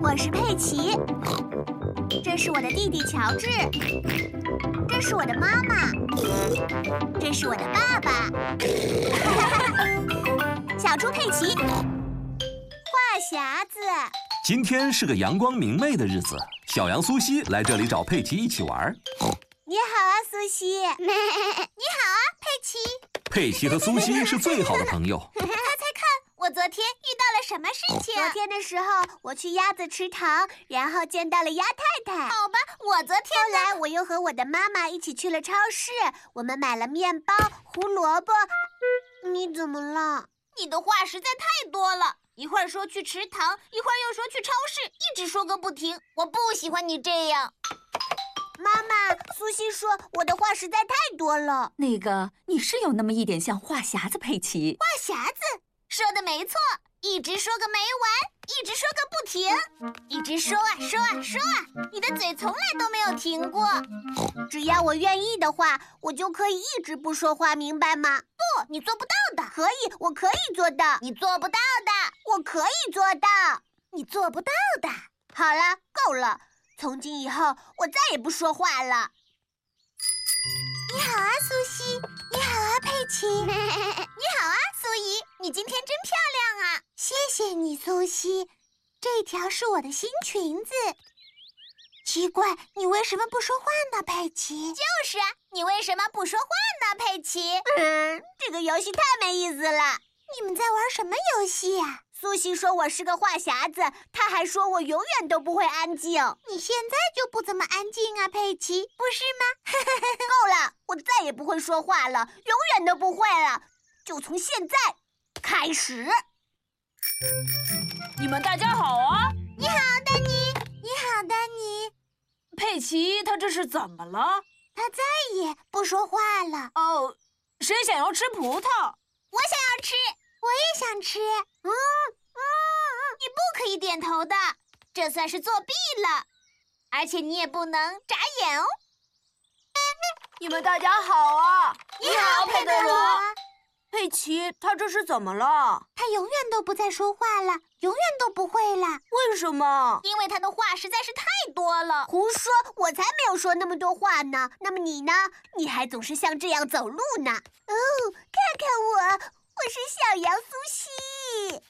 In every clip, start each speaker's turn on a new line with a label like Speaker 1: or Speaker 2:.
Speaker 1: 我是佩奇，这是我的弟弟乔治，这是我的妈妈，这是我的爸 爸。小猪佩奇，话匣子。
Speaker 2: 今天是个阳光明媚的日子，小羊苏西来这里找佩奇一起玩。
Speaker 3: 你好啊，苏西。
Speaker 1: 你好啊，佩奇。
Speaker 2: 佩奇和苏西是最好的朋友。
Speaker 3: 我昨天遇到了什么事情？
Speaker 1: 昨天的时候，我去鸭子池塘，然后见到了鸭太太。
Speaker 3: 好吧，我昨天。
Speaker 1: 后来，我又和我的妈妈一起去了超市，我们买了面包、胡萝卜。你怎么了？
Speaker 3: 你的话实在太多了，一会儿说去池塘，一会儿又说去超市，一直说个不停。我不喜欢你这样。
Speaker 1: 妈妈，苏西说我的话实在太多了。
Speaker 4: 那个，你是有那么一点像话匣子佩奇。
Speaker 3: 话匣子。说的没错，一直说个没完，一直说个不停，一直说啊说啊说啊，你的嘴从来都没有停过。
Speaker 1: 只要我愿意的话，我就可以一直不说话，明白吗？
Speaker 3: 不，你做不到的。
Speaker 1: 可以，我可以做到。
Speaker 3: 你做不到的，
Speaker 1: 我可以做到。
Speaker 3: 你做不到的。
Speaker 1: 好了，够了，从今以后我再也不说话了。
Speaker 3: 你好啊，苏西。你好啊，佩 奇。你好啊，苏怡。你今天真漂亮啊！
Speaker 1: 谢谢你，苏西。这条是我的新裙子。奇怪，你为什么不说话呢，佩奇？
Speaker 3: 就是啊，你为什么不说话呢，佩奇？
Speaker 1: 嗯，这个游戏太没意思了。
Speaker 3: 你们在玩什么游戏呀、啊？
Speaker 1: 苏西说我是个话匣子，她还说我永远都不会安静。
Speaker 3: 你现在就不怎么安静啊，佩奇，不是吗？
Speaker 1: 够了，我再也不会说话了，永远都不会了，就从现在。开始！
Speaker 5: 你们大家好啊！
Speaker 3: 你好，丹尼。
Speaker 1: 你好，丹尼。
Speaker 5: 佩奇，他这是怎么了？
Speaker 3: 他再也不说话了。
Speaker 5: 哦，谁想要吃葡萄？
Speaker 3: 我想要吃，
Speaker 1: 我也想吃。
Speaker 3: 嗯嗯，你不可以点头的，这算是作弊了，而且你也不能眨眼哦。
Speaker 5: 你们大家好啊！
Speaker 3: 你好，佩德罗。
Speaker 5: 佩奇，他这是怎么了？
Speaker 3: 他永远都不再说话了，永远都不会了。
Speaker 5: 为什么？
Speaker 3: 因为他的话实在是太多了。
Speaker 1: 胡说！我才没有说那么多话呢。那么你呢？你还总是像这样走路呢。
Speaker 3: 哦，看看我，我是小羊苏西。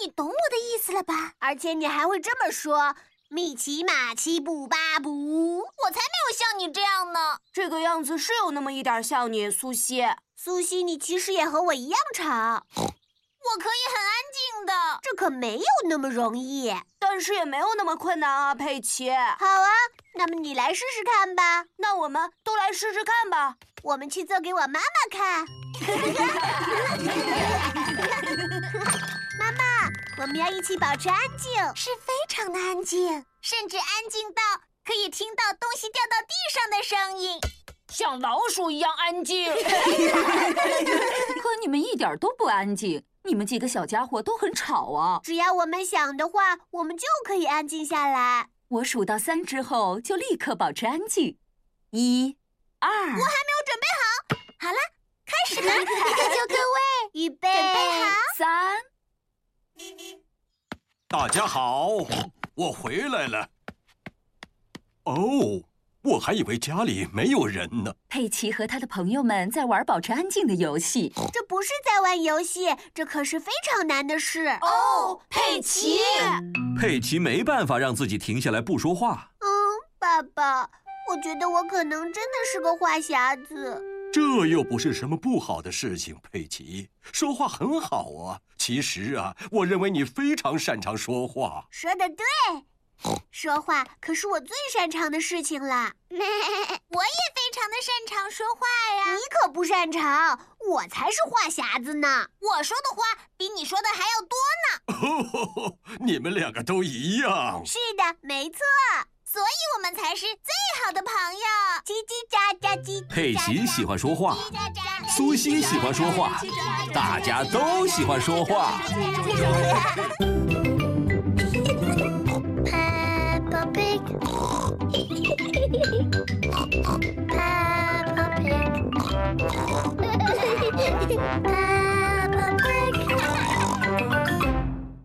Speaker 3: 你懂我的意思了吧？
Speaker 1: 而且你还会这么说：米奇马奇布巴布。
Speaker 3: 我才没有像你这样呢。
Speaker 5: 这个样子是有那么一点像你，苏西。
Speaker 1: 苏西，你其实也和我一样吵。
Speaker 3: 我可以很安静的，
Speaker 1: 这可没有那么容易，
Speaker 5: 但是也没有那么困难啊，佩奇。
Speaker 1: 好啊，那么你来试试看吧。
Speaker 5: 那我们都来试试看吧。
Speaker 1: 我们去做给我妈妈看。
Speaker 3: 妈妈，
Speaker 1: 我们要一起保持安静，
Speaker 3: 是非常的安静，甚至安静到可以听到东西掉到地上的声音。
Speaker 5: 像老鼠一样安静，
Speaker 4: 可你们一点都不安静，你们几个小家伙都很吵啊！
Speaker 1: 只要我们想的话，我们就可以安静下来。
Speaker 4: 我数到三之后就立刻保持安静，一、二。我还没
Speaker 3: 有准备好，好了，开始 吧！在座各位，
Speaker 1: 预备，
Speaker 3: 准备好，
Speaker 4: 三。
Speaker 6: 大家好，我回来了。哦。我还以为家里没有人呢。
Speaker 4: 佩奇和他的朋友们在玩保持安静的游戏。
Speaker 1: 这不是在玩游戏，这可是非常难的事。
Speaker 5: 哦，佩奇，
Speaker 2: 佩奇没办法让自己停下来不说话。
Speaker 1: 嗯，爸爸，我觉得我可能真的是个话匣子。
Speaker 6: 这又不是什么不好的事情，佩奇，说话很好啊。其实啊，我认为你非常擅长说话。
Speaker 1: 说的对。说话可是我最擅长的事情 啦！我也
Speaker 3: 非常的擅长说话呀。
Speaker 1: 你可不擅长，我才是话匣子呢。
Speaker 3: 我说的话比你说的还要
Speaker 6: 多呢。哦吼吼，你们两个都一样。
Speaker 1: 是的，没错。
Speaker 3: 所以我们才是最好的朋友。
Speaker 1: 叽叽喳喳叽。
Speaker 2: 佩奇喜欢说话，苏西喜欢说话，大家都喜欢说话。